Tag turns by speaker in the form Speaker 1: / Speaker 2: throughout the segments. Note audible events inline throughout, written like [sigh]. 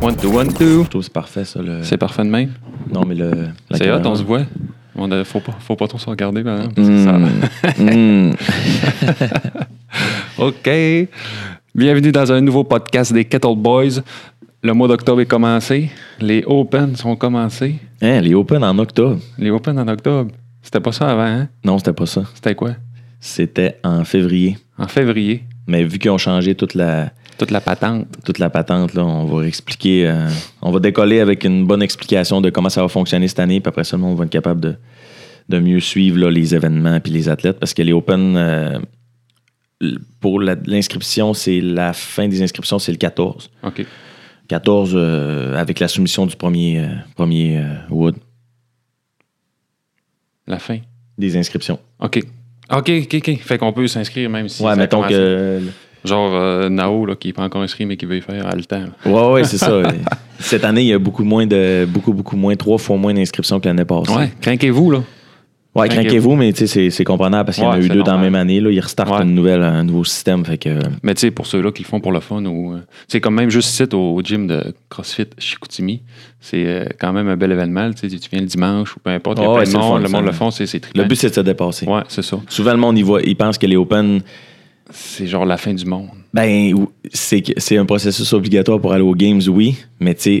Speaker 1: One, two, one, two.
Speaker 2: Je trouve que c'est parfait, ça. Le...
Speaker 1: C'est parfait de même.
Speaker 2: Non, mais le. la
Speaker 1: C'est hot,
Speaker 2: caméra.
Speaker 1: on se voit. On a- faut pas, faut pas trop se regarder, ben, hein. par exemple, parce que ça-
Speaker 2: Mm. [laughs] Mm.
Speaker 1: OK. Bienvenue dans un nouveau podcast des Kettle Boys. Le mois d'octobre est commencé. Les Open sont commencés.
Speaker 2: Hein, les Open en octobre.
Speaker 1: Les Open en octobre. C'était pas ça avant, hein?
Speaker 2: Non, c'était pas ça.
Speaker 1: C'était quoi?
Speaker 2: C'était en février.
Speaker 1: En février.
Speaker 2: Mais vu qu'ils ont changé toute la,
Speaker 1: Toute la patente.
Speaker 2: toute la patente, là, on va expliquer. euh, on va décoller avec une bonne explication de comment ça va fonctionner cette année. Puis après ça, nous, on va être capable de, de mieux suivre là, les événements puis les athlètes. Parce que les Open, euh, l- pour la- l'inscription, c'est la fin des inscriptions, c'est le 14.
Speaker 1: OK.
Speaker 2: 14 euh, avec la soumission du premier, euh, premier euh, Wood.
Speaker 1: La fin.
Speaker 2: Des inscriptions.
Speaker 1: OK. OK, OK, OK. Fait qu'on peut s'inscrire même si.
Speaker 2: ouais,
Speaker 1: ça
Speaker 2: mettons
Speaker 1: commence-
Speaker 2: que.
Speaker 1: Genre euh, Nao, là, qui n'est pas encore inscrit, mais qui veut y faire à le temps. là.
Speaker 2: Ouais, ouais, c'est
Speaker 1: [laughs]
Speaker 2: ça. Cette année, il y a beaucoup moins de. Beaucoup, beaucoup moins, trois fois moins d'inscriptions que l'année passée.
Speaker 1: Ouais, craquez-vous, là.
Speaker 2: Ouais, craquez-vous, mais tu sais, c'est- c'est comprenable parce qu'il y en a
Speaker 1: Ouais,
Speaker 2: eu
Speaker 1: c'est
Speaker 2: deux dans la
Speaker 1: normal.
Speaker 2: même année. Là, ils restartent
Speaker 1: Ouais.
Speaker 2: une nouvelle, un nouveau système. Fait que.
Speaker 1: Mais tu sais, pour ceux-là qui le font pour le fun, ou euh, tu sais, comme même juste ici au, au gym de CrossFit Chicoutimi, c'est euh, quand même un bel événement. Tu sais, tu viens le dimanche ou peu importe, il y a
Speaker 2: Ah ouais,
Speaker 1: plein de
Speaker 2: c'est le
Speaker 1: monde,
Speaker 2: fun,
Speaker 1: le monde
Speaker 2: ça.
Speaker 1: le font, c'est c'est trippant.
Speaker 2: Le but, c'est de se dépasser.
Speaker 1: ouais, c'est ça.
Speaker 2: Souvent, le monde, il, voit, il pense que les Open,
Speaker 1: C'est genre la fin du monde.
Speaker 2: ben, ou- c'est que- c'est un processus obligatoire pour aller aux Games, oui, mais tu sais.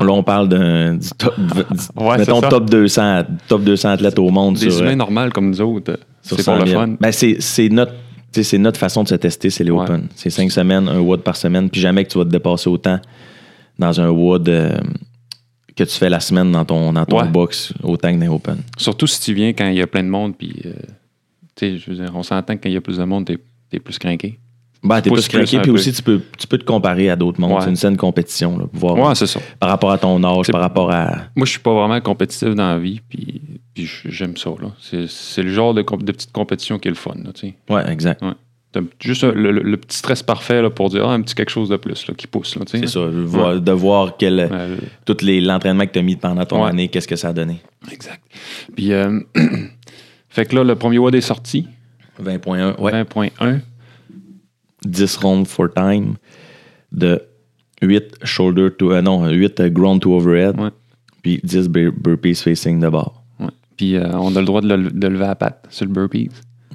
Speaker 2: Là, on parle d'un du top, du-
Speaker 1: [laughs] Ouais, c'est
Speaker 2: mettons,
Speaker 1: ça.
Speaker 2: top 200, top 200 athlètes au monde
Speaker 1: Des
Speaker 2: sur, euh,
Speaker 1: humains normaux comme nous autres, euh,
Speaker 2: sur
Speaker 1: c'est pour
Speaker 2: 100
Speaker 1: le
Speaker 2: 000.
Speaker 1: fun.
Speaker 2: Ben, c'est c'est notre, tu sais, c'est notre façon de se tester, c'est les
Speaker 1: Ouais.
Speaker 2: Open. C'est cinq semaines, un WOD par semaine, puis jamais que tu vas te dépasser autant dans un WOD euh, que tu fais la semaine dans ton, dans ton
Speaker 1: Ouais.
Speaker 2: box, autant que dans les Open.
Speaker 1: Surtout si tu viens quand il y a plein de monde, puis euh, tu sais, je veux dire, on s'entend que quand il y a plus de monde, t'es es plus craqué.
Speaker 2: Ben, t'es
Speaker 1: Pousse plus
Speaker 2: plus craqué,
Speaker 1: un
Speaker 2: puis
Speaker 1: peu.
Speaker 2: aussi, tu peux, tu peux te comparer à d'autres mondes.
Speaker 1: Ouais.
Speaker 2: C'est une saine compétition, là, pour voir
Speaker 1: Ouais, c'est ça.
Speaker 2: par rapport à ton âge,
Speaker 1: C'est-
Speaker 2: par rapport à.
Speaker 1: Moi, je suis pas vraiment compétitif dans la vie, puis, puis j- j'aime ça. là. C'est- C'est le genre de, comp- de petite compétition qui est le fun. Là, tu sais.
Speaker 2: Ouais, exact.
Speaker 1: T'as juste un- le, le- le petit stress parfait là, pour dire ah, un petit quelque chose de plus là, qui pousse. Là, tu sais,
Speaker 2: C'est
Speaker 1: là.
Speaker 2: ça, de voir, de voir quel,
Speaker 1: Euh,
Speaker 2: tout les- l'entraînement que tu as mis pendant ton
Speaker 1: Ouais.
Speaker 2: année, qu'est-ce que ça a donné.
Speaker 1: exact. Puis, euh, [clears throat] fait que là, le premier WOD est sorti,
Speaker 2: 20.1, ouais.
Speaker 1: 20.1.
Speaker 2: 10 rounds for time, de 8 shoulder to. euh, non, 8 ground to overhead,
Speaker 1: Ouais.
Speaker 2: puis 10 bur- burpees facing de bord.
Speaker 1: Ouais. Puis, euh, on a le droit de, le- de lever à patte sur le burpees.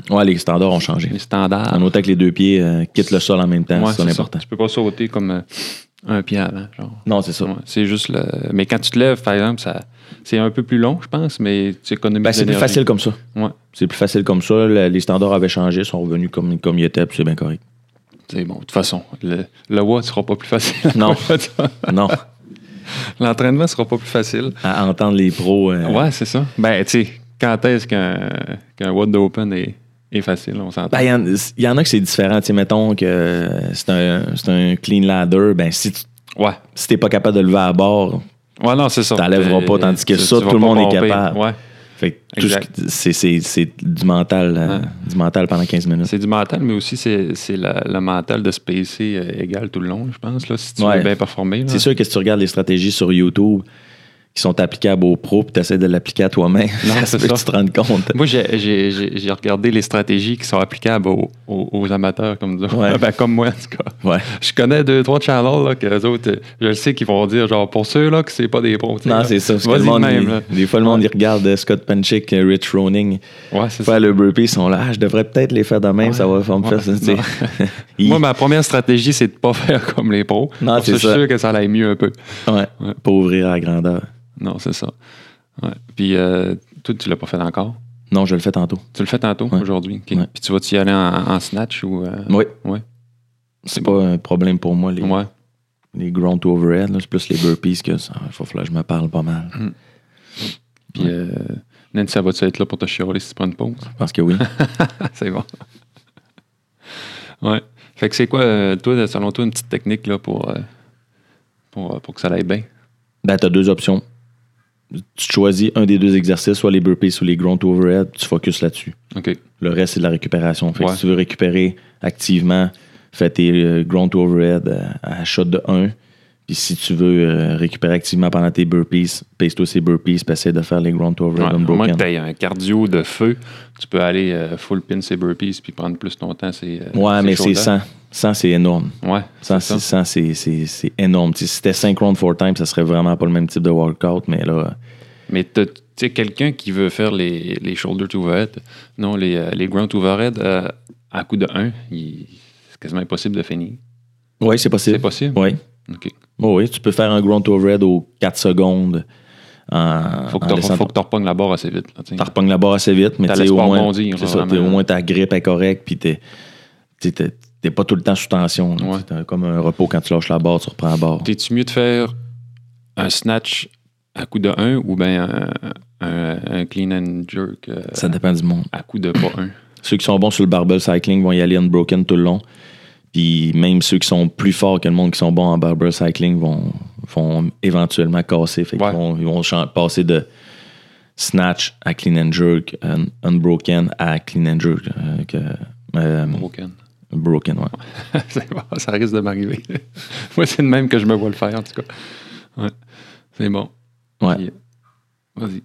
Speaker 2: Ouais, les standards ont changé.
Speaker 1: Les standards.
Speaker 2: En autant que les deux pieds euh, quittent le sol en même temps,
Speaker 1: Ah. Ouais,
Speaker 2: c'est
Speaker 1: c'est ça.
Speaker 2: important.
Speaker 1: Tu peux pas sauter comme euh, un pied avant. Genre.
Speaker 2: Non, c'est ça.
Speaker 1: Ouais, c'est juste le. Mais quand tu te lèves, par exemple, ça, c'est un peu plus long, je pense, mais tu économises.
Speaker 2: Ben, c'est plus
Speaker 1: l'énergie.
Speaker 2: facile comme ça.
Speaker 1: Ouais,
Speaker 2: C'est plus facile comme ça. Le- Les standards avaient changé, sont revenus comme, comme ils étaient, puis c'est
Speaker 1: [laughs]
Speaker 2: bien correct.
Speaker 1: c'est bon. De toute façon, le, le WOD sera pas plus facile.
Speaker 2: Non. Non,
Speaker 1: [laughs] L'entraînement sera pas plus facile.
Speaker 2: à entendre les pros. euh,
Speaker 1: Ouais, c'est ça. Ben, tu sais, quand est-ce qu'un qu'un WOD d'Open est, est facile, on s'entend.
Speaker 2: Ben, il y en- il y, en a que c'est différent. Tu sais, mettons que euh, c'est un, c'est un clean ladder. Ben, si tu
Speaker 1: ouais.
Speaker 2: si t'es pas capable de lever à bord,
Speaker 1: Ouais, non, c'est ça.
Speaker 2: T'enlèveras
Speaker 1: Euh,
Speaker 2: pas, tandis que
Speaker 1: tu-
Speaker 2: ça,
Speaker 1: tu vas
Speaker 2: tout le
Speaker 1: pas
Speaker 2: monde est
Speaker 1: pomper.
Speaker 2: capable.
Speaker 1: Ouais.
Speaker 2: fait que tout ce
Speaker 1: Exact.
Speaker 2: qui- c'est- c'est c'est du mental euh,
Speaker 1: Ouais.
Speaker 2: du mental pendant 15 minutes.
Speaker 1: C'est du mental, mais aussi c'est c'est la- le mental de se pacer euh, égal tout le long, je pense, là, si tu
Speaker 2: Ouais.
Speaker 1: veux bien performer. là.
Speaker 2: C'est sûr que si tu regardes les stratégies sur YouTube qui sont applicables aux pros puis tu essaies de l'appliquer à toi-même,
Speaker 1: Non,
Speaker 2: [laughs] ça se
Speaker 1: c'est
Speaker 2: peut que
Speaker 1: ça.
Speaker 2: tu te
Speaker 1: [laughs]
Speaker 2: rendes compte.
Speaker 1: Moi, j'ai- j'ai j'ai- j'ai regardé les stratégies qui sont applicables aux, aux- aux amateurs, comme, nous autres.
Speaker 2: Ouais.
Speaker 1: [laughs] Ben, comme moi, en tout cas.
Speaker 2: Ouais.
Speaker 1: Je connais deux, trois channels là, que les autres, euh, je le sais qu'ils vont dire, genre, pour ceux-là, que c'est pas des pros. tu sais,
Speaker 2: Non,
Speaker 1: là.
Speaker 2: c'est ça. parce que
Speaker 1: Vas-y
Speaker 2: le
Speaker 1: de
Speaker 2: monde,
Speaker 1: même.
Speaker 2: il-
Speaker 1: là.
Speaker 2: des fois, le monde, il regarde euh, Scott Penchick, euh, Rich Roning
Speaker 1: Ouais, c'est ça.
Speaker 2: faire le burpee. Ils sont là, ah, je devrais peut-être les faire de même,
Speaker 1: Ouais.
Speaker 2: ça va me faire ça. tu sais.
Speaker 1: Non.
Speaker 2: [laughs] Il-
Speaker 1: Moi, ma première stratégie, c'est de pas [laughs] faire comme les pros.
Speaker 2: Non,
Speaker 1: Parce
Speaker 2: c'est
Speaker 1: que Je
Speaker 2: ça.
Speaker 1: suis sûr que ça l'aille mieux un peu.
Speaker 2: Ouais.
Speaker 1: Ouais.
Speaker 2: Pas ouvrir à la grandeur.
Speaker 1: Non, c'est ça. Ouais. Puis, euh, toi, tu l'as pas fait encore.
Speaker 2: Non, je le fais tantôt.
Speaker 1: Tu le fais tantôt,
Speaker 2: Ouais.
Speaker 1: aujourd'hui. OK.
Speaker 2: Ouais.
Speaker 1: Puis, tu vas-tu y aller en, en snatch ou. euh,
Speaker 2: Oui.
Speaker 1: Ouais.
Speaker 2: C'est pas un problème pour moi, les,
Speaker 1: Ouais.
Speaker 2: les ground to overhead. là. C'est plus les burpees que ça. Il faut falloir que je me parle pas mal.
Speaker 1: Puis, euh, Nancy, ça va-tu être là pour te chialer si tu prends une pause?
Speaker 2: [laughs] Je pense
Speaker 1: [laughs]
Speaker 2: que oui.
Speaker 1: c'est bon. [laughs] ouais. Fait que c'est quoi, euh, toi, selon toi, une petite technique là, pour, euh, pour, euh, pour que ça aille bien?
Speaker 2: Ben, tu as deux options. Tu choisis un des deux exercices, soit les burpees ou les ground to overhead, tu focuses là-dessus.
Speaker 1: OK.
Speaker 2: Le reste, c'est de la récupération. Fait que
Speaker 1: Ouais.
Speaker 2: si tu veux récupérer activement, fais tes euh, ground to overhead euh, à shot de 1. Puis si tu veux euh, récupérer activement pendant tes burpees, pèse-toi ces burpees, puis essaie de faire les ground to
Speaker 1: Ouais,
Speaker 2: overhead
Speaker 1: au moins que
Speaker 2: unbroken.
Speaker 1: tu un cardio de feu, tu peux aller euh, full pin ses burpees puis prendre plus ton temps. C'est, euh,
Speaker 2: Ouais,
Speaker 1: ses
Speaker 2: mais c'est
Speaker 1: shoulders.
Speaker 2: 100. 100, c'est énorme.
Speaker 1: Ouais.
Speaker 2: 100,
Speaker 1: c'est ça.
Speaker 2: c'est- 100, c'est- c'est c'est énorme. Tu sais, si c'était 5 rounds 4 times, ça serait vraiment pas le même type de workout, mais là, euh,
Speaker 1: Mais t'as- tu sais, quelqu'un qui veut faire les, les shoulder to overhead, non, les, euh, les ground to overhead, euh, à coup de 1, c'est quasiment impossible de finir.
Speaker 2: oui, c'est possible.
Speaker 1: C'est possible?
Speaker 2: Oui.
Speaker 1: OK.
Speaker 2: Oh oui, tu peux faire un ground to overhead aux 4 secondes. En,
Speaker 1: Faut que
Speaker 2: en
Speaker 1: t'en-
Speaker 2: laissant-
Speaker 1: faut que tu repognes la barre assez vite. là, tu sais.
Speaker 2: T'en repognes la barre assez vite, mais
Speaker 1: T'as
Speaker 2: tu sais, au
Speaker 1: l'espoir
Speaker 2: moins,
Speaker 1: bondir,
Speaker 2: c'est
Speaker 1: là,
Speaker 2: ça, t'es-
Speaker 1: vraiment.
Speaker 2: au moins ta grippe est correcte, puis t'es, t'es- t'es- t'es pas tout le temps sous tension. là.
Speaker 1: Ouais.
Speaker 2: Tu sais, T'as comme un repos quand tu lâches la barre, tu reprends la barre.
Speaker 1: T'es-tu mieux de faire un snatch à coup de 1 ou bien un, un- un clean and jerk euh,
Speaker 2: Ça dépend du monde.
Speaker 1: à coup de pas [coughs] 1?
Speaker 2: Ceux qui sont bons sur le barbell cycling vont y aller unbroken tout le long. Puis même ceux qui sont plus forts que le monde qui sont bons en barbell cycling vont, vont éventuellement casser. Fait qu'ils
Speaker 1: Ouais.
Speaker 2: vont, ils vont chan- passer de snatch à clean and jerk, un- unbroken à clean and jerk. euh, que- euh,
Speaker 1: Broken.
Speaker 2: broken, ouais.
Speaker 1: [laughs] C'est bon, ça risque de m'arriver. [laughs] Moi, c'est le même que je me vois le faire, en tout cas. Ouais. C'est bon.
Speaker 2: Ouais.
Speaker 1: Puis, euh, Vas-y.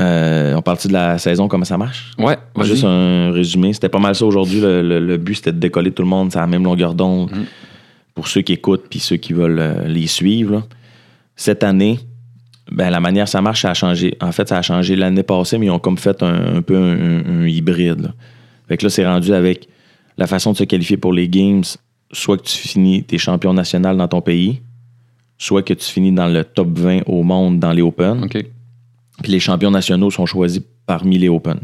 Speaker 2: Euh, on parle-tu de la saison, comment ça marche?
Speaker 1: Ouais, vas-y.
Speaker 2: Juste un résumé. C'était pas mal ça aujourd'hui. Le, le- le but, c'était de décoller tout le monde sur la même longueur d'onde
Speaker 1: Mhm.
Speaker 2: pour ceux qui écoutent puis ceux qui veulent euh, les suivre. là. Cette année, ben, la manière ça marche, ça a changé. En fait, ça a changé l'année passée, mais ils ont comme fait un, un peu un, un- un hybride. Là. Fait que là, c'est rendu avec la façon de se qualifier pour les Games. Soit que tu finis tes champions national dans ton pays, soit que tu finis dans le top 20 au monde dans les Open.
Speaker 1: OK.
Speaker 2: Puis les champions nationaux sont choisis parmi les Open.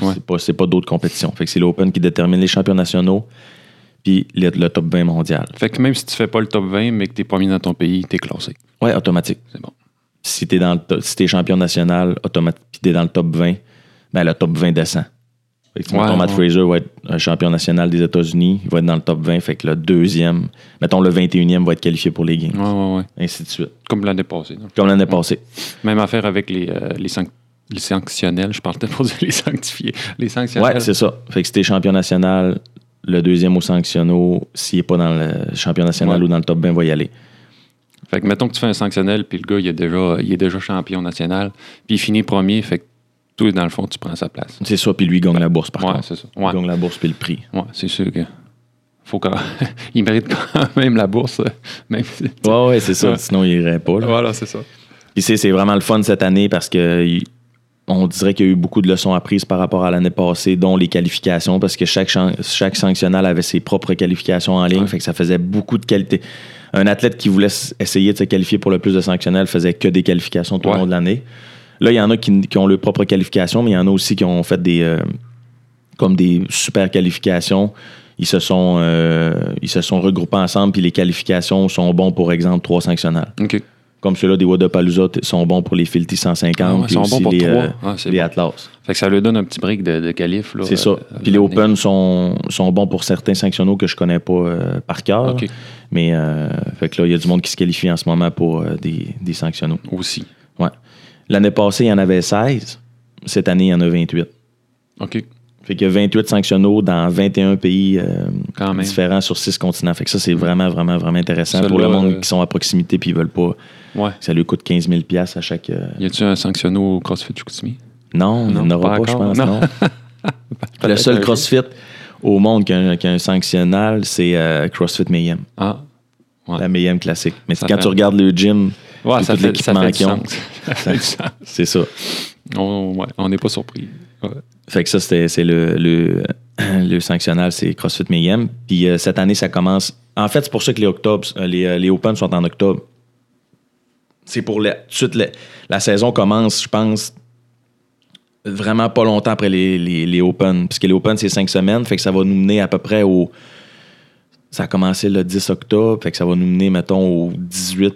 Speaker 1: Ouais.
Speaker 2: C'est pas, c'est pas d'autres compétitions. Fait que c'est l'Open qui détermine les champions nationaux puis le, le top 20 mondial.
Speaker 1: Fait que même si tu fais pas le top 20, mais que t'es pas mis dans ton pays, t'es classé.
Speaker 2: Ouais, automatique.
Speaker 1: C'est bon.
Speaker 2: Si t'es dans le to- si t'es champion national, automatique, puis t'es dans le top 20, ben le top 20 descend. Fait que,
Speaker 1: Ouais,
Speaker 2: mettons, Matt
Speaker 1: ouais.
Speaker 2: Fraser va être un champion national des États-Unis, il va être dans le top 20, fait que le deuxième, mettons le 21e va être qualifié pour les
Speaker 1: Ouais,
Speaker 2: games,
Speaker 1: ouais, ouais.
Speaker 2: ainsi de suite.
Speaker 1: Comme l'année passée. non?
Speaker 2: Comme l'année passée.
Speaker 1: Même affaire avec les, euh, les, sanc- les sanctionnels. Je parle pour dire les sanctifiés. Les sanctionnels.
Speaker 2: Ouais, c'est ça. Fait que si t'es champion national, le deuxième au sanctionno, s'il n'est pas dans le champion national
Speaker 1: Ouais.
Speaker 2: ou dans le top 20, va y aller.
Speaker 1: Fait que mettons que tu fais un sanctionnel, puis le gars, il est déjà, il est déjà champion national, puis il finit premier, fait que toi, dans le fond, tu prends sa place.
Speaker 2: C'est ça, puis lui il gagne la bourse par
Speaker 1: ouais,
Speaker 2: contre.
Speaker 1: c'est ça.
Speaker 2: Il
Speaker 1: Ouais,
Speaker 2: gagne la bourse puis le prix.
Speaker 1: ouais c'est sûr que. Faut quand... [laughs] il mérite quand même la bourse. euh, Même si-
Speaker 2: Ouais, ouais, c'est ça.
Speaker 1: Ouais.
Speaker 2: Sinon, il irait pas. là.
Speaker 1: Voilà, c'est ça.
Speaker 2: Puis c'est c'est vraiment le fun cette année parce que il- on dirait qu'il y a eu beaucoup de leçons apprises par rapport à l'année passée, dont les qualifications, parce que chaque, chan- chaque sanctionnal avait ses propres qualifications en ligne,
Speaker 1: Ouais.
Speaker 2: fait que ça faisait beaucoup de qualité. Un athlète qui voulait s- essayer de se qualifier pour le plus de sanctionnels faisait que des qualifications tout
Speaker 1: Ouais.
Speaker 2: au long de l'année. Là, il y en a qui, n- qui ont leurs propres qualifications, mais il y en a aussi qui ont fait des euh, comme des super qualifications. Ils se sont euh, ils se sont regroupés ensemble, puis les qualifications sont bons pour exemple trois sanctionnels
Speaker 1: OK.
Speaker 2: comme ceux-là des Wadapalooza t- sont bons pour les Filty 150
Speaker 1: Ah ouais,
Speaker 2: puis
Speaker 1: sont
Speaker 2: aussi
Speaker 1: bons pour
Speaker 2: les,
Speaker 1: trois.
Speaker 2: euh,
Speaker 1: Ah, c'est
Speaker 2: les
Speaker 1: bon.
Speaker 2: Atlas.
Speaker 1: Fait que ça lui donne un petit break de, de qualif. là,
Speaker 2: C'est ça.
Speaker 1: euh,
Speaker 2: Puis les
Speaker 1: euh,
Speaker 2: Open sont, sont bons pour certains sanctionnaux que je connais pas euh, par cœur.
Speaker 1: OK.
Speaker 2: Mais euh, fait que là, il y a du monde qui se qualifie en ce moment pour euh, des, des sanctionnaux.
Speaker 1: Aussi.
Speaker 2: Ouais. L'année passée, il y en avait 16. Cette année, il y en a 28.
Speaker 1: OK.
Speaker 2: Fait qu'il y a 28 sanctionnaux dans 21 pays euh,
Speaker 1: Quand même.
Speaker 2: différents sur 6 continents. Fait que ça, c'est vraiment, vraiment, vraiment intéressant
Speaker 1: Celui-là,
Speaker 2: pour le monde
Speaker 1: Mm. euh,
Speaker 2: qui sont à proximité puis ils veulent pas.
Speaker 1: Ouais.
Speaker 2: Ça lui coûte 15 000 piastres à chaque. euh,
Speaker 1: Y a-tu un sanctionné au CrossFit Chicoutimi?
Speaker 2: Non, il n'y en
Speaker 1: Non,
Speaker 2: aura
Speaker 1: pas
Speaker 2: pas, je
Speaker 1: encore. [laughs]
Speaker 2: pense.
Speaker 1: Non.
Speaker 2: Non. le
Speaker 1: un
Speaker 2: seul
Speaker 1: jour.
Speaker 2: CrossFit au monde qui a un, qui a un sanctionnal, c'est euh, CrossFit Mayhem,
Speaker 1: Ah. Ouais.
Speaker 2: la Mayhem classique. Mais
Speaker 1: Ça
Speaker 2: quand
Speaker 1: fait-
Speaker 2: tu regardes le
Speaker 1: [laughs]
Speaker 2: gym,
Speaker 1: Ouais,
Speaker 2: Et
Speaker 1: ça
Speaker 2: tout
Speaker 1: fait, ça
Speaker 2: l'équipement
Speaker 1: fait du
Speaker 2: qu'ils
Speaker 1: [laughs]
Speaker 2: ont.
Speaker 1: sens. Ça fait du sens.
Speaker 2: c'est ça.
Speaker 1: On Oh, ouais, on n'est pas surpris. Ouais.
Speaker 2: Fait que ça, c'était- c'est le, le, [clears throat] le sanctionnal, c'est CrossFit Mayhem. Puis euh, cette année, ça commence. En fait, c'est pour ça que les, octobre, euh, les, euh, les Open sont en octobre. C'est pour la, tout de suite, la, la saison commence, je pense, vraiment pas longtemps après les, les, les Open. Puisque les Open, c'est cinq semaines, fait que ça va nous mener à peu près au. Ça a commencé le 10 octobre, fait que ça va nous mener, mettons, au 18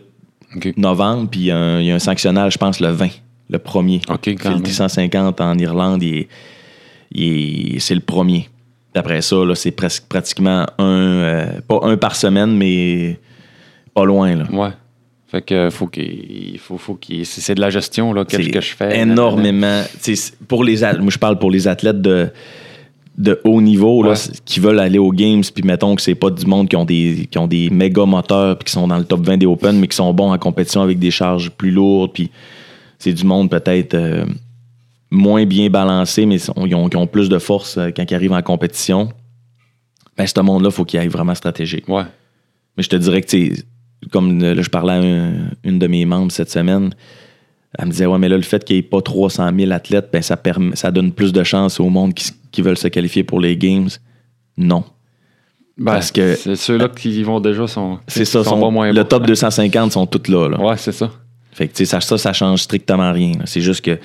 Speaker 1: OK.
Speaker 2: novembre. Puis il y a un- il y, a un sanctionnal, je pense, le 20, le premier.
Speaker 1: OK, quand
Speaker 2: Puis le
Speaker 1: même.
Speaker 2: 150 en Irlande, il est- il est- c'est le premier. Puis Après ça, là, c'est presque pratiquement un, euh, pas un par semaine, mais pas loin. là.
Speaker 1: Ouais. Fait que faut qu'il faut, faut qu'il c'est c'est de la gestion là qu'est-ce
Speaker 2: C'est
Speaker 1: que je fais
Speaker 2: énormément. Tu sais, c'est- Pour les athlètes, moi je parle pour les athlètes de, de haut niveau là,
Speaker 1: Ouais.
Speaker 2: c'est- qui veulent aller aux games, puis mettons que c'est pas du monde qui ont des qui ont des méga moteurs puis qui sont dans le top 20 des Open, mais qui sont bons en compétition avec des charges plus lourdes, puis c'est du monde peut-être euh, moins bien balancé, mais ils sont- ils ont, ils ont plus de force euh, quand ils arrivent en compétition. ben, ce monde-là, il faut qu'il aille vraiment stratégique.
Speaker 1: Ouais.
Speaker 2: Mais je te dirais que, tu sais, comme euh, là, je parlais à un- une de mes membres cette semaine, elle me disait, ouais, mais là, le fait qu'il n'y ait pas 300 000 athlètes, ben, ça, permet- ça donne plus de chances au monde qui, s- qui veulent se qualifier pour les Games. Non.
Speaker 1: Ben,
Speaker 2: Parce que- euh,
Speaker 1: C'est ceux-là qui y vont déjà sont.
Speaker 2: C'est ça,
Speaker 1: sont
Speaker 2: sont-
Speaker 1: pas moins
Speaker 2: le
Speaker 1: bons.
Speaker 2: top 250 sont toutes là. là.
Speaker 1: Ouais, c'est ça.
Speaker 2: Fait que, tu sais, ça, ça, ça change strictement rien. là. C'est juste que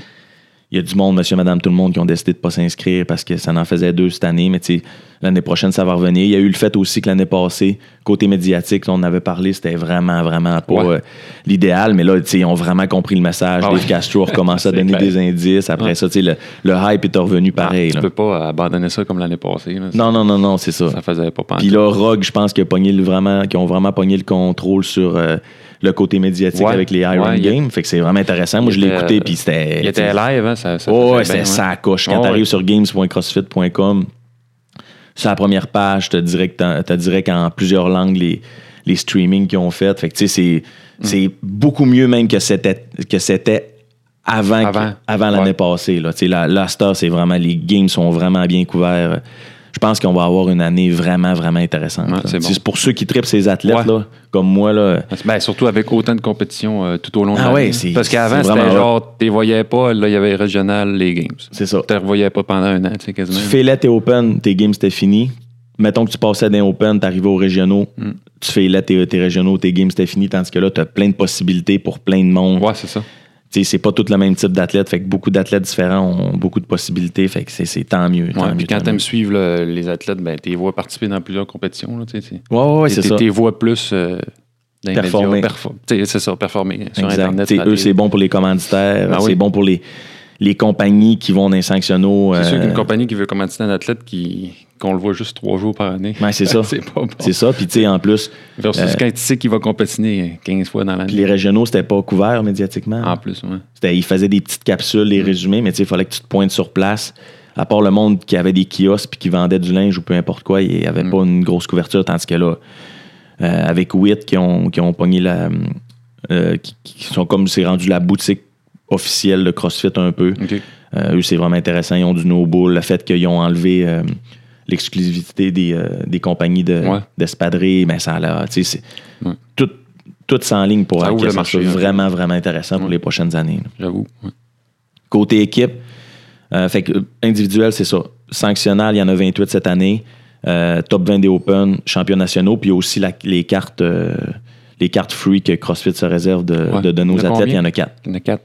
Speaker 2: il y a du monde, monsieur, madame, tout le monde qui ont décidé de pas s'inscrire parce que ça en faisait deux cette année, mais tu sais, l'année prochaine, ça va revenir. Il y a eu le fait aussi que l'année passée, côté médiatique, on en avait parlé, c'était vraiment, vraiment pas
Speaker 1: Ouais.
Speaker 2: euh, l'idéal, mais là, tu sais, ils ont vraiment compris le message.
Speaker 1: Ah
Speaker 2: Dave
Speaker 1: ouais. [laughs]
Speaker 2: Castro a recommencé à
Speaker 1: C'est
Speaker 2: donner
Speaker 1: clair.
Speaker 2: des indices. Après
Speaker 1: Ouais. Ah,
Speaker 2: ça, tu sais, le, le hype est revenu pareil.
Speaker 1: Tu
Speaker 2: là.
Speaker 1: peux pas abandonner ça comme l'année passée. là.
Speaker 2: Non, non, non, non, c'est ça.
Speaker 1: Ça faisait pas penser.
Speaker 2: Puis là, Rogue, je pense qu'ils ont pogné le vraiment, qu'ils ont vraiment pogné le contrôle sur euh, le côté médiatique
Speaker 1: Ouais.
Speaker 2: avec les Iron
Speaker 1: Ouais, il-
Speaker 2: Games. Fait que c'est vraiment intéressant. Moi,
Speaker 1: il
Speaker 2: je l'ai
Speaker 1: était-
Speaker 2: écouté, puis c'était.
Speaker 1: Il était live, hein? Ça, ça
Speaker 2: Ouais, ouais,
Speaker 1: faisait
Speaker 2: c'était
Speaker 1: bien,
Speaker 2: ça à coche. Quand
Speaker 1: Ouais,
Speaker 2: t'arrives
Speaker 1: ouais.
Speaker 2: sur games.crossfit.com, sur la première page, t'as direct, en- t'as direct en plusieurs langues les, les streamings qu'ils ont fait. Fait que tu sais, c'est,
Speaker 1: Mm.
Speaker 2: c'est beaucoup mieux même que c'était, que c'était avant, que-
Speaker 1: Avant.
Speaker 2: avant l'année
Speaker 1: Ouais.
Speaker 2: passée. Là. Tu sais, la, la star, c'est vraiment, les games sont vraiment bien couverts. Je pense qu'on va avoir une année vraiment, vraiment intéressante.
Speaker 1: Ouais,
Speaker 2: là.
Speaker 1: c'est
Speaker 2: Tu sais,
Speaker 1: bon.
Speaker 2: pour ceux qui tripent ces athlètes,
Speaker 1: Ouais.
Speaker 2: là, comme moi, là,
Speaker 1: Ben, surtout avec autant de compétitions euh, tout au long de
Speaker 2: Ah
Speaker 1: l'année.
Speaker 2: ouais, c'est-
Speaker 1: Parce qu'avant,
Speaker 2: c'est vraiment
Speaker 1: c'était genre, tu voyais pas, là, il y avait régional, les games. Tu
Speaker 2: c'est ça.
Speaker 1: ne revoyais pas pendant un an, tu sais, quasiment.
Speaker 2: Tu fais tes open, tes games c'était fini. Mettons que tu passais d'un open, t'arrivais aux régionaux,
Speaker 1: Mm.
Speaker 2: tu fais tes, tes régionaux, tes games c'était fini, tandis que là, t'as plein de possibilités pour plein de monde.
Speaker 1: Ouais, c'est ça.
Speaker 2: Tu sais, C'est pas tout le même type d'athlète, fait que beaucoup d'athlètes différents ont beaucoup de possibilités, fait que c'est- c'est tant mieux. tant
Speaker 1: Ouais,
Speaker 2: mieux,
Speaker 1: puis
Speaker 2: tant
Speaker 1: quand
Speaker 2: mieux.
Speaker 1: tu aimes suivre là, les athlètes, ben, tu les vois participer dans plusieurs compétitions. Là, tu sais,
Speaker 2: Ouais, ouais, ouais,
Speaker 1: tu
Speaker 2: c'est ça.
Speaker 1: les vois plus euh, dans les médias,
Speaker 2: Performer.
Speaker 1: perfo- tu sais, c'est ça, performer sur
Speaker 2: Exact.
Speaker 1: Internet.
Speaker 2: Tu sais,
Speaker 1: dans
Speaker 2: Eux,
Speaker 1: les-
Speaker 2: c'est bon pour les commanditaires,
Speaker 1: Ah
Speaker 2: c'est
Speaker 1: oui.
Speaker 2: bon pour les, les compagnies qui vont dans les sanctionnaux.
Speaker 1: C'est sûr
Speaker 2: euh,
Speaker 1: qu'une compagnie qui veut commanditer un athlète qui qu'on le voit juste trois jours par année. [laughs]
Speaker 2: Ouais, c'est ça.
Speaker 1: c'est pas bon.
Speaker 2: c'est ça, puis tu sais, en plus,
Speaker 1: Versus
Speaker 2: Euh,
Speaker 1: quand tu sais qu'il va compétiner 15 fois dans
Speaker 2: puis
Speaker 1: l'année.
Speaker 2: les régionaux, c'était pas couvert médiatiquement.
Speaker 1: En plus, ouais.
Speaker 2: C'était, ils faisaient des petites capsules,
Speaker 1: Mm.
Speaker 2: des résumés, mais tu sais, il fallait que tu te pointes sur place. À part le monde qui avait des kiosques puis qui vendait du linge ou peu importe quoi, il n'y avait
Speaker 1: Mm.
Speaker 2: pas une grosse couverture. Tandis que là, euh, avec Wit qui ont, qui ont pogné la. euh, qui, qui sont comme c'est rendu la boutique officielle de CrossFit un peu.
Speaker 1: OK.
Speaker 2: Euh, eux, c'est vraiment intéressant. Ils ont du no-bull. Le fait qu'ils ont enlevé euh, l'exclusivité des, euh, des compagnies de,
Speaker 1: Ouais.
Speaker 2: d'espadrilles, ben, ça a tu sais, c'est
Speaker 1: Ouais.
Speaker 2: tout, tout ça en ligne pour
Speaker 1: Ça
Speaker 2: que
Speaker 1: ouvre le
Speaker 2: ça
Speaker 1: marché, hein.
Speaker 2: soit
Speaker 1: un peu.
Speaker 2: vraiment, vraiment intéressant pour les prochaines années. là.
Speaker 1: J'avoue. ouais.
Speaker 2: Côté équipe, euh, fait que euh, individuel, c'est ça. Sanctionnal, il y en a 28 cette année. Euh, top 20 des Open, champions nationaux, puis aussi la- les cartes euh, les cartes free que CrossFit se réserve de,
Speaker 1: Ouais.
Speaker 2: de donner
Speaker 1: Il y
Speaker 2: aux
Speaker 1: en a
Speaker 2: athlètes, il
Speaker 1: combien?
Speaker 2: y en a quatre.
Speaker 1: Il y en a quatre.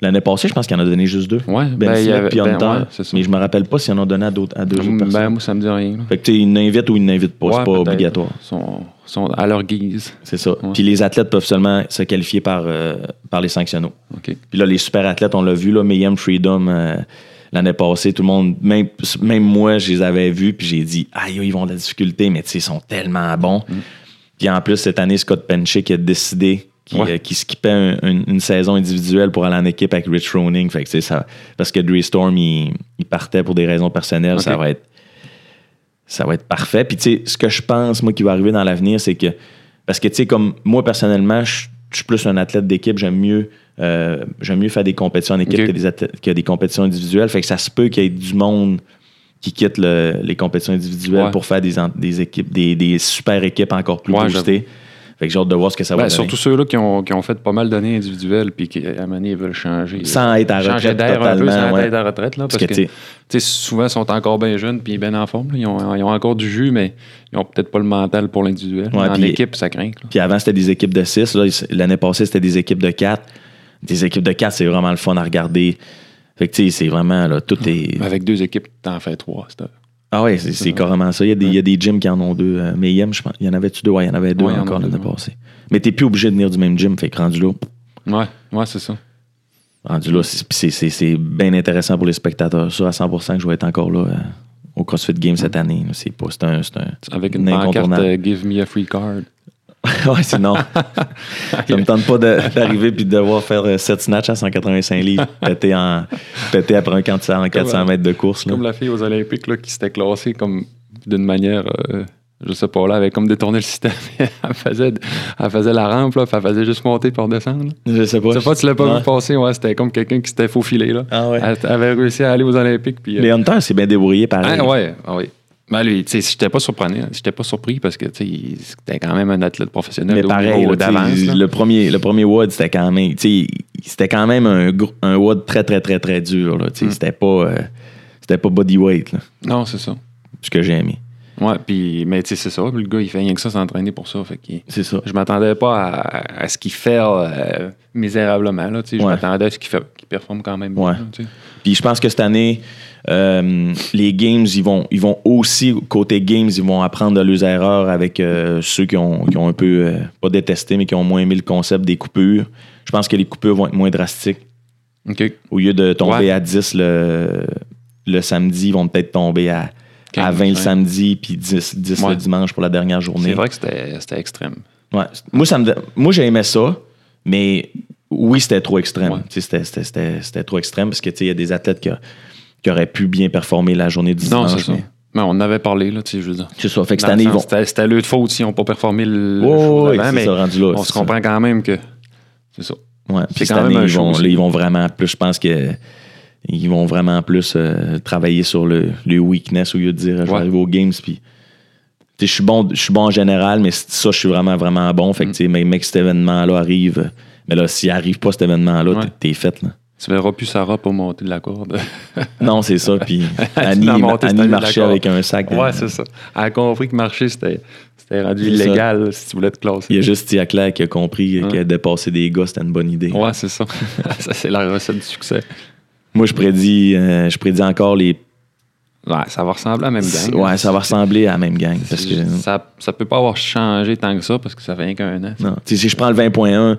Speaker 2: L'année passée, je pense qu'il y en a donné juste deux.
Speaker 1: Ouais,
Speaker 2: Ben,
Speaker 1: ben, il y
Speaker 2: Philippe
Speaker 1: avait-
Speaker 2: puis Hunter,
Speaker 1: ben, ouais, c'est ça.
Speaker 2: mais je me rappelle pas s'ils en ont donné à, d'autres, à deux autres
Speaker 1: Ben,
Speaker 2: personnes.
Speaker 1: moi, ça me dit rien. là.
Speaker 2: Fait que tu sais, ils n'invitent ou ils n'invitent pas,
Speaker 1: Ouais,
Speaker 2: c'est pas
Speaker 1: peut-être.
Speaker 2: obligatoire.
Speaker 1: Sont, sont à leur guise.
Speaker 2: C'est ça.
Speaker 1: Ouais.
Speaker 2: Puis les athlètes peuvent seulement se qualifier par, euh, par les sanctionnaux.
Speaker 1: OK.
Speaker 2: Puis là, les super athlètes, on l'a vu, là, Mayhem Freedom, euh, l'année passée, tout le monde, même, même moi, je les avais vus, puis j'ai dit, aïe, ils vont de la difficulté, mais tu sais, ils sont tellement bons.
Speaker 1: Mm.
Speaker 2: Puis en plus, cette année, Scott Penchick a décidé qu'il
Speaker 1: Ouais.
Speaker 2: euh, qu'il skippait un- une, une saison individuelle pour aller en équipe avec Rich Roning. Fait que, tu sais, ça, parce que Dre Storm, il, il partait pour des raisons personnelles, ça
Speaker 1: Ok.
Speaker 2: va être. Ça va être parfait. Puis, tu sais, ce que je pense, moi, qui va arriver dans l'avenir, c'est que. Parce que, tu sais, comme moi, personnellement, je je suis plus un athlète d'équipe. J'aime mieux, euh, j'aime mieux faire des compétitions en équipe
Speaker 1: Ok.
Speaker 2: que, des athlè- que des compétitions individuelles. Fait que ça se peut qu'il y ait du monde qui quitte le- les compétitions individuelles
Speaker 1: Ouais.
Speaker 2: pour faire des, en- des équipes, des, des super équipes encore plus
Speaker 1: Ouais,
Speaker 2: boostées. Fait que j'ai hâte de voir ce que ça va
Speaker 1: Ben,
Speaker 2: donner.
Speaker 1: surtout ceux-là qui ont, qui ont fait pas mal d'années individuelles puis qui, à un moment donné, ils veulent changer.
Speaker 2: sans être à
Speaker 1: changer
Speaker 2: retraite
Speaker 1: d'air un peu,
Speaker 2: totalement.
Speaker 1: sans
Speaker 2: ouais.
Speaker 1: être à retraite. Là,
Speaker 2: Parce
Speaker 1: parce
Speaker 2: que,
Speaker 1: que,
Speaker 2: tu sais,
Speaker 1: tu sais, souvent, ils sont encore bien jeunes puis bien en forme. là. Ils, ont, ils ont encore du jus, mais ils ont peut-être pas le mental pour l'individuel.
Speaker 2: Ouais,
Speaker 1: en
Speaker 2: puis-
Speaker 1: équipe, ça craint. là.
Speaker 2: Puis avant, c'était des équipes de 6. L'année passée, c'était des équipes de 4. Des équipes de 4, c'est vraiment le fun à regarder. Fait que, tu sais, c'est vraiment, là, tout est...
Speaker 1: Avec deux équipes, t'en fais trois. c'est-
Speaker 2: Ah ouais, c'est, c'est
Speaker 1: Ouais.
Speaker 2: carrément ça. Il y, a des, il y a des gyms qui en ont deux. Euh, mais Yem, je pense, il y en avait-tu deux? Ouais, il y en avait deux
Speaker 1: Ouais, il y en a
Speaker 2: encore
Speaker 1: deux,
Speaker 2: l'année
Speaker 1: ouais.
Speaker 2: passée. Mais t'es plus obligé de venir du même gym. Fait que rendu là,
Speaker 1: Ouais, ouais c'est ça.
Speaker 2: rendu là, c'est, c'est, c'est- c'est bien intéressant pour les spectateurs. Ça, à 100% que je vais être encore là euh, au CrossFit Game cette année. là. C'est pas... C'est un... C'est un... [laughs]
Speaker 1: Avec une
Speaker 2: Un
Speaker 1: pancarte
Speaker 2: incontournable.
Speaker 1: euh, Give me a free card. [laughs]
Speaker 2: ouais, sinon, ça me tente pas de- d'arriver puis de devoir faire 7 snatchs à 185 livres, [laughs] pété, en, pété après un 400, 400 mètres de course. Là.
Speaker 1: Comme la fille aux Olympiques là, qui s'était classée comme d'une manière, euh, je sais pas, là, avec comme détourné le système. [laughs] elle, faisait, elle faisait la rampe, là, puis elle faisait juste monter pour descendre. là.
Speaker 2: Je sais pas.
Speaker 1: Je sais pas, tu l'as pas
Speaker 2: Ouais.
Speaker 1: vu passer, ouais, c'était comme quelqu'un qui s'était faufilé. Là.
Speaker 2: Ah ouais.
Speaker 1: Elle t- avait réussi à aller aux Olympiques. Puis, euh,
Speaker 2: Les Hunters, c'est bien débrouillé pareil.
Speaker 1: hein, ouais, ah oui. Ben lui, tu sais, j'étais pas surprenant, j'étais pas surpris parce que tu sais, il- c'était quand même un athlète professionnel
Speaker 2: Mais
Speaker 1: de haut
Speaker 2: pareil,
Speaker 1: niveau
Speaker 2: là,
Speaker 1: d'avance.
Speaker 2: tu sais,
Speaker 1: là.
Speaker 2: le premier, le premier WOD, c'était quand même, tu sais, c'était quand même un, gros- un WOD très, très, très, très dur. là, tu sais,
Speaker 1: Mm.
Speaker 2: C'était pas, euh, c'était pas bodyweight, là,
Speaker 1: Non, c'est ça.
Speaker 2: ce que j'ai aimé.
Speaker 1: Ouais, puis mais tu sais, c'est ça. Puis le gars, il fait rien que ça s'entraîner pour ça. Fait qu'il-
Speaker 2: C'est ça.
Speaker 1: je m'attendais pas à, à ce qu'il fait euh, misérablement. Là, tu sais. je
Speaker 2: Ouais.
Speaker 1: m'attendais à ce qu'il fait- qu'il performe quand même.
Speaker 2: Ouais.
Speaker 1: Bien, là, tu sais.
Speaker 2: Puis je pense que cette année, euh, les games, ils vont, ils vont aussi, côté games, ils vont apprendre de leurs erreurs avec euh, ceux qui ont, qui ont un peu, euh, pas détesté, mais qui ont moins aimé le concept des coupures. Je pense que les coupures vont être moins drastiques.
Speaker 1: OK.
Speaker 2: Au lieu de tomber
Speaker 1: Ouais.
Speaker 2: à 10 le, le samedi, ils vont peut-être tomber à, à 20 le
Speaker 1: Ouais.
Speaker 2: samedi, puis 10, 10 le
Speaker 1: Ouais.
Speaker 2: dimanche pour la dernière journée.
Speaker 1: C'est vrai que c'était c'était extrême.
Speaker 2: Ouais. Moi, ça me, moi j'aimais ça, mais oui, c'était trop extrême.
Speaker 1: Ouais.
Speaker 2: Tu sais, C'était, c'était- c'était- c'était trop extrême parce que tu sais, il y a des athlètes qui, a- qui auraient pu bien performer la journée du
Speaker 1: Non,
Speaker 2: dimanche.
Speaker 1: c'est ça.
Speaker 2: mais-
Speaker 1: Mais on en avait parlé, là, tu sais, je veux dire.
Speaker 2: C'est ça. Fait que cette
Speaker 1: Dans le
Speaker 2: année, ils
Speaker 1: sens,
Speaker 2: vont.
Speaker 1: C'était c'était leur faute s'ils n'ont pas performé le le
Speaker 2: Ouais,
Speaker 1: jour
Speaker 2: ouais,
Speaker 1: d'avant,
Speaker 2: c'est
Speaker 1: mais
Speaker 2: ça, rendu là,
Speaker 1: on
Speaker 2: c'est
Speaker 1: se
Speaker 2: ça.
Speaker 1: comprend quand même que c'est ça.
Speaker 2: Ouais.
Speaker 1: C'est
Speaker 2: Puis cette
Speaker 1: quand même
Speaker 2: année,
Speaker 1: un
Speaker 2: ils
Speaker 1: show
Speaker 2: vont,
Speaker 1: aussi.
Speaker 2: là, ils vont vraiment plus. Je pense que ils vont vraiment plus euh, travailler sur le, le weakness au lieu de dire je vais
Speaker 1: Ouais.
Speaker 2: arriver aux games puis tu sais, je suis bon je suis bon en général mais c- ça je suis vraiment vraiment bon
Speaker 1: Mm.
Speaker 2: fait que tu sais mais mec cet événement là arrive euh, mais là s'il arrive pas cet événement là
Speaker 1: Ouais.
Speaker 2: t'es t'es fait là
Speaker 1: Tu verras plus Sarah pour monter de la corde.
Speaker 2: Non, c'est ça.
Speaker 1: [laughs]
Speaker 2: Puis Annie,
Speaker 1: l'as monté,
Speaker 2: Annie
Speaker 1: c'est
Speaker 2: marchait
Speaker 1: d'accord.
Speaker 2: avec un sac. de-
Speaker 1: ouais, c'est ça. Elle a compris que marcher, c'était c'était rendu
Speaker 2: C'est ça.
Speaker 1: illégal si tu voulais te classer.
Speaker 2: Il y a juste Tia Claire qui a compris
Speaker 1: Ouais.
Speaker 2: que dépasser des gars, c'était une bonne idée.
Speaker 1: Ouais, c'est ça. [laughs] ça, c'est la recette du succès.
Speaker 2: Moi, je prédis, euh, je prédis encore les.
Speaker 1: Ouais, ça va ressembler à la même gang. hein.
Speaker 2: ouais, ça va ressembler à la même gang. Parce que,
Speaker 1: ça, ça peut pas avoir changé tant que ça parce que ça fait rien qu'un an.
Speaker 2: non. Tu sais, Si je prends le 20.1,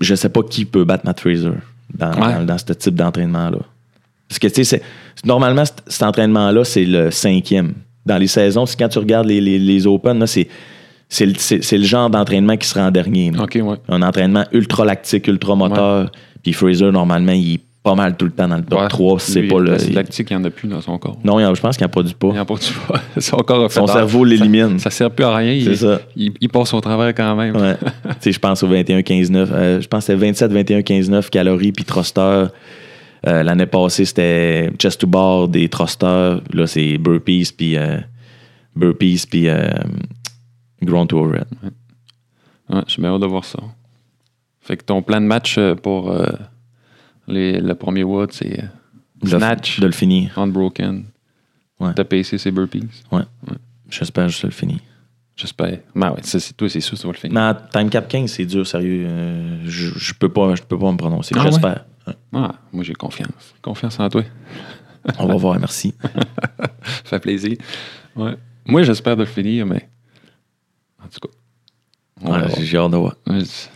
Speaker 2: je sais pas qui peut battre Matt Fraser dans,
Speaker 1: Ouais.
Speaker 2: dans- dans ce type d'entraînement-là. Parce que, tu sais, c'est- normalement, cet- cet entraînement-là, c'est le cinquième. Dans les saisons, c'est quand tu regardes les, les, les Open, là, c'est, c'est, le, c'est- c'est le genre d'entraînement qui se rend dernier. là.
Speaker 1: OK, ouais.
Speaker 2: un entraînement ultra lactique, ultra moteur. Puis Fraser, normalement, il est pas mal tout le temps dans le top
Speaker 1: Ouais.
Speaker 2: 3. C'est
Speaker 1: Lui,
Speaker 2: pas le.
Speaker 1: C'est lactique, il n'y en a plus dans son corps.
Speaker 2: Non, il en- je pense qu'il n'en produit pas.
Speaker 1: Il n'y en a pas, tu vois. [laughs] Son corps a fait
Speaker 2: Son
Speaker 1: ah,
Speaker 2: cerveau l'élimine.
Speaker 1: Ça sert plus à rien.
Speaker 2: C'est
Speaker 1: Il,
Speaker 2: ça.
Speaker 1: il, il passe au travers quand même. [laughs]
Speaker 2: Ouais. Tu sais, je pense au 21-15-9. Euh, je pense que c'était 27, 21, 15, 9 calories puis thruster. Euh, L'année passée, c'était chest to bar des thrusters. Là, c'est burpees puis euh, burpees puis euh, ground to overhead.
Speaker 1: Ouais, J'ai bien hâte de voir ça. Fait que ton plan de match euh, pour euh, les, le premier WOD, c'est euh,
Speaker 2: De le-
Speaker 1: snatch,
Speaker 2: De le finir.
Speaker 1: unbroken.
Speaker 2: Ouais.
Speaker 1: T'as PC, c'est burpees.
Speaker 2: J'espère juste le finir.
Speaker 1: J'espère. Ben ouais, ça, c'est toi, c'est sûr, ça va le finir.
Speaker 2: Non, Time Cap 15, c'est dur, sérieux. Euh, je je peux pas, je peux pas me prononcer.
Speaker 1: Ah
Speaker 2: J'espère.
Speaker 1: Ah, moi, j'ai confiance. Confiance en toi.
Speaker 2: On va voir, merci.
Speaker 1: Ça fait plaisir. Ouais. Moi, j'espère de le finir, mais. En tout cas. [laughs] on
Speaker 2: Ouais,
Speaker 1: verra.
Speaker 2: J'ai j'ai hâte de voir.
Speaker 1: Ouais, c'est-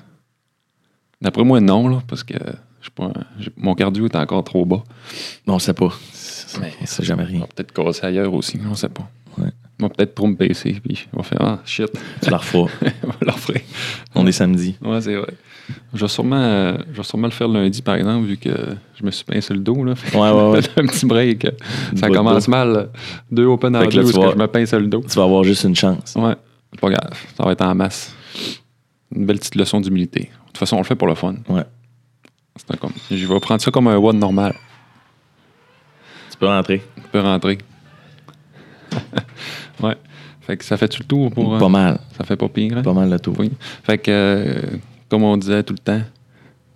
Speaker 1: D'après moi, non, là, parce que je suis pas un- j'ai- mon cardio est encore trop bas.
Speaker 2: Non, on sait pas. C'est-
Speaker 1: Mais-
Speaker 2: On sait jamais
Speaker 1: On [laughs]
Speaker 2: rien.
Speaker 1: va peut-être casser ailleurs aussi, on sait pas.
Speaker 2: Ouais.
Speaker 1: On va peut-être trop me baisser, puis on va faire Ah, shit, [laughs]
Speaker 2: Tu la referas.
Speaker 1: on va leur faire.
Speaker 2: On est samedi.
Speaker 1: Ouais, c'est vrai. Je vais, sûrement, euh, je vais sûrement le faire lundi, par exemple, vu que je me suis pincé le dos. Là.
Speaker 2: Ouais, ouais, ouais.
Speaker 1: [laughs] un petit break. Ça
Speaker 2: Votre
Speaker 1: commence mal. là. Deux open
Speaker 2: Fait
Speaker 1: en
Speaker 2: que là,
Speaker 1: deux,
Speaker 2: tu
Speaker 1: parce
Speaker 2: vas-
Speaker 1: que je me pince le dos.
Speaker 2: Tu vas avoir juste une chance.
Speaker 1: Ouais, c'est pas grave. Ça va être en masse. Une belle petite leçon d'humilité. De toute façon, on le fait pour le fun.
Speaker 2: Ouais.
Speaker 1: C'est un comme... Je vais prendre ça comme un WOD normal.
Speaker 2: Tu peux rentrer.
Speaker 1: Tu peux rentrer. [laughs] ouais. Fait que ça fait tout le tour pour. euh,
Speaker 2: Pas mal.
Speaker 1: Ça fait pas pire. hein?
Speaker 2: Pas mal le tour.
Speaker 1: Oui. Fait que, euh, comme on disait tout le temps,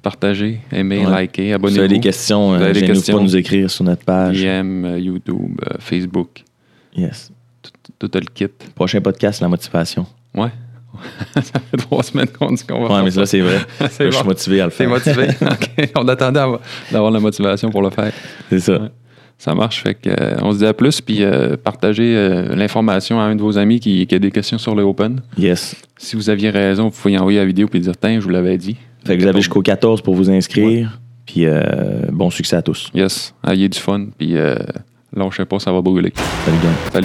Speaker 1: partagez, aimez,
Speaker 2: Ouais.
Speaker 1: likez,
Speaker 2: Si vous avez des
Speaker 1: abonnez-vous.
Speaker 2: questions,
Speaker 1: Vous
Speaker 2: euh,
Speaker 1: avez des
Speaker 2: gênez-vous
Speaker 1: questions.
Speaker 2: pas de nous écrire sur notre page.
Speaker 1: DM, euh, YouTube, euh, Facebook,
Speaker 2: Yes.
Speaker 1: tout tout le kit. [laughs]
Speaker 2: Prochain podcast, la motivation.
Speaker 1: Ouais. ça fait trois semaines qu'on dit qu'on va
Speaker 2: Ouais,
Speaker 1: faire
Speaker 2: mais
Speaker 1: ça.
Speaker 2: là, c'est vrai.
Speaker 1: [laughs] C'est
Speaker 2: Là, Je suis
Speaker 1: bon.
Speaker 2: motivé à le
Speaker 1: T'es
Speaker 2: faire.
Speaker 1: motivé. [laughs] OK. On attendait à avoir- d'avoir la motivation pour le faire.
Speaker 2: C'est ça.
Speaker 1: Ouais. Ça marche. Fait que, euh, on se dit à plus, puis euh, partagez euh, l'information à un de vos amis qui, qui a des questions sur le Open.
Speaker 2: Yes.
Speaker 1: Si vous aviez raison, vous pouvez y envoyer la vidéo puis dire Tiens, je vous l'avais dit.
Speaker 2: Fait que vous avez jusqu'au 14 pour vous inscrire. Puis euh, bon succès à tous.
Speaker 1: Ah, Yes, ayez du fun, puis euh, lâchez pas, ça va brûler.
Speaker 2: Salut, gang.
Speaker 1: Salut.